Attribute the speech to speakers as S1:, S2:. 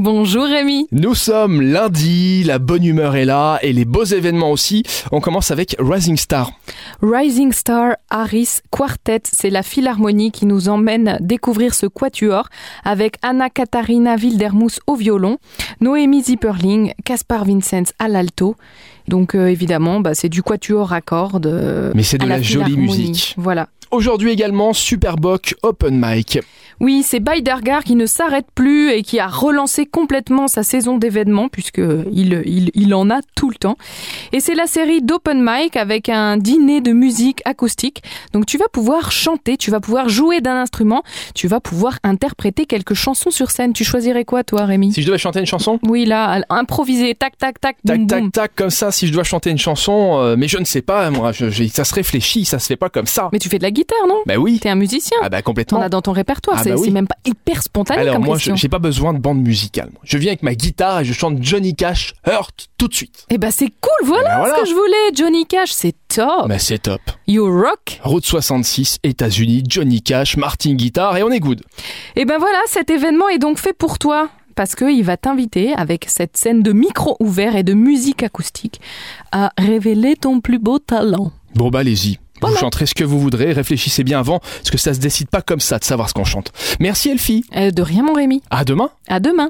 S1: Bonjour Rémi.
S2: Nous sommes lundi, la bonne humeur est là et les beaux événements aussi. On commence avec Rising Star.
S1: Rising Star Harris Quartet, c'est la philharmonie qui nous emmène découvrir ce quatuor avec Anna Katharina Wildermuth au violon, Noémie Zipperling, Caspar Vincenz à l'alto. Donc euh, évidemment, bah, c'est du quatuor à cordes. euh,
S2: Mais c'est de
S1: à
S2: la, jolie
S1: philharmonie.
S2: musique.
S1: Voilà.
S2: Aujourd'hui également, Superboc Open Mic.
S1: Oui, c'est Baidergar qui ne s'arrête plus et qui a relancé complètement sa saison d'événements puisque il, il, il en a tout le temps. Et c'est la série d'open mic avec un dîner de musique acoustique. Donc tu vas pouvoir chanter, tu vas pouvoir jouer d'un instrument, tu vas pouvoir interpréter quelques chansons sur scène. Tu choisirais quoi toi, Rémi
S2: Si je devais chanter une chanson
S1: Oui, là, à- improviser, tac, tac, tac,
S2: Tac,
S1: boum, boum.
S2: tac, tac, comme ça, si je dois chanter une chanson, euh, mais je ne sais pas, moi, je- j'ai- ça se réfléchit, ça se fait pas comme ça.
S1: Mais tu fais de la guitare, non
S2: Bah oui,
S1: T'es un musicien.
S2: ah bah
S1: T'en
S2: complètement.
S1: as dans ton répertoire.
S2: Ah
S1: c'est
S2: bah oui.
S1: c'est même pas hyper spontané
S2: Alors
S1: comme
S2: moi, je-
S1: question.
S2: j'ai pas besoin de bande musicale. moi. Je viens avec ma guitare et je chante Johnny Cash, Hurt, tout de suite.
S1: Eh ben c'est cool, voilà,
S2: Bah voilà.
S1: ce que je voulais. Johnny Cash, c'est top.
S2: Bah c'est top.
S1: You rock.
S2: Route 66, États-Unis, Johnny Cash, Martin Guitare et on est good.
S1: Et ben voilà, cet événement est donc fait pour toi. Parce qu'il va t'inviter, avec cette scène de micro ouvert et de musique acoustique, à révéler ton plus beau talent.
S2: Bon bah allez-y. Vous
S1: Voilà.
S2: chanterez ce que vous voudrez, réfléchissez bien avant, parce que ça se décide pas comme ça de savoir ce qu'on chante. Merci Elfie.
S1: Euh, de rien, mon Rémi.
S2: À demain.
S1: À demain.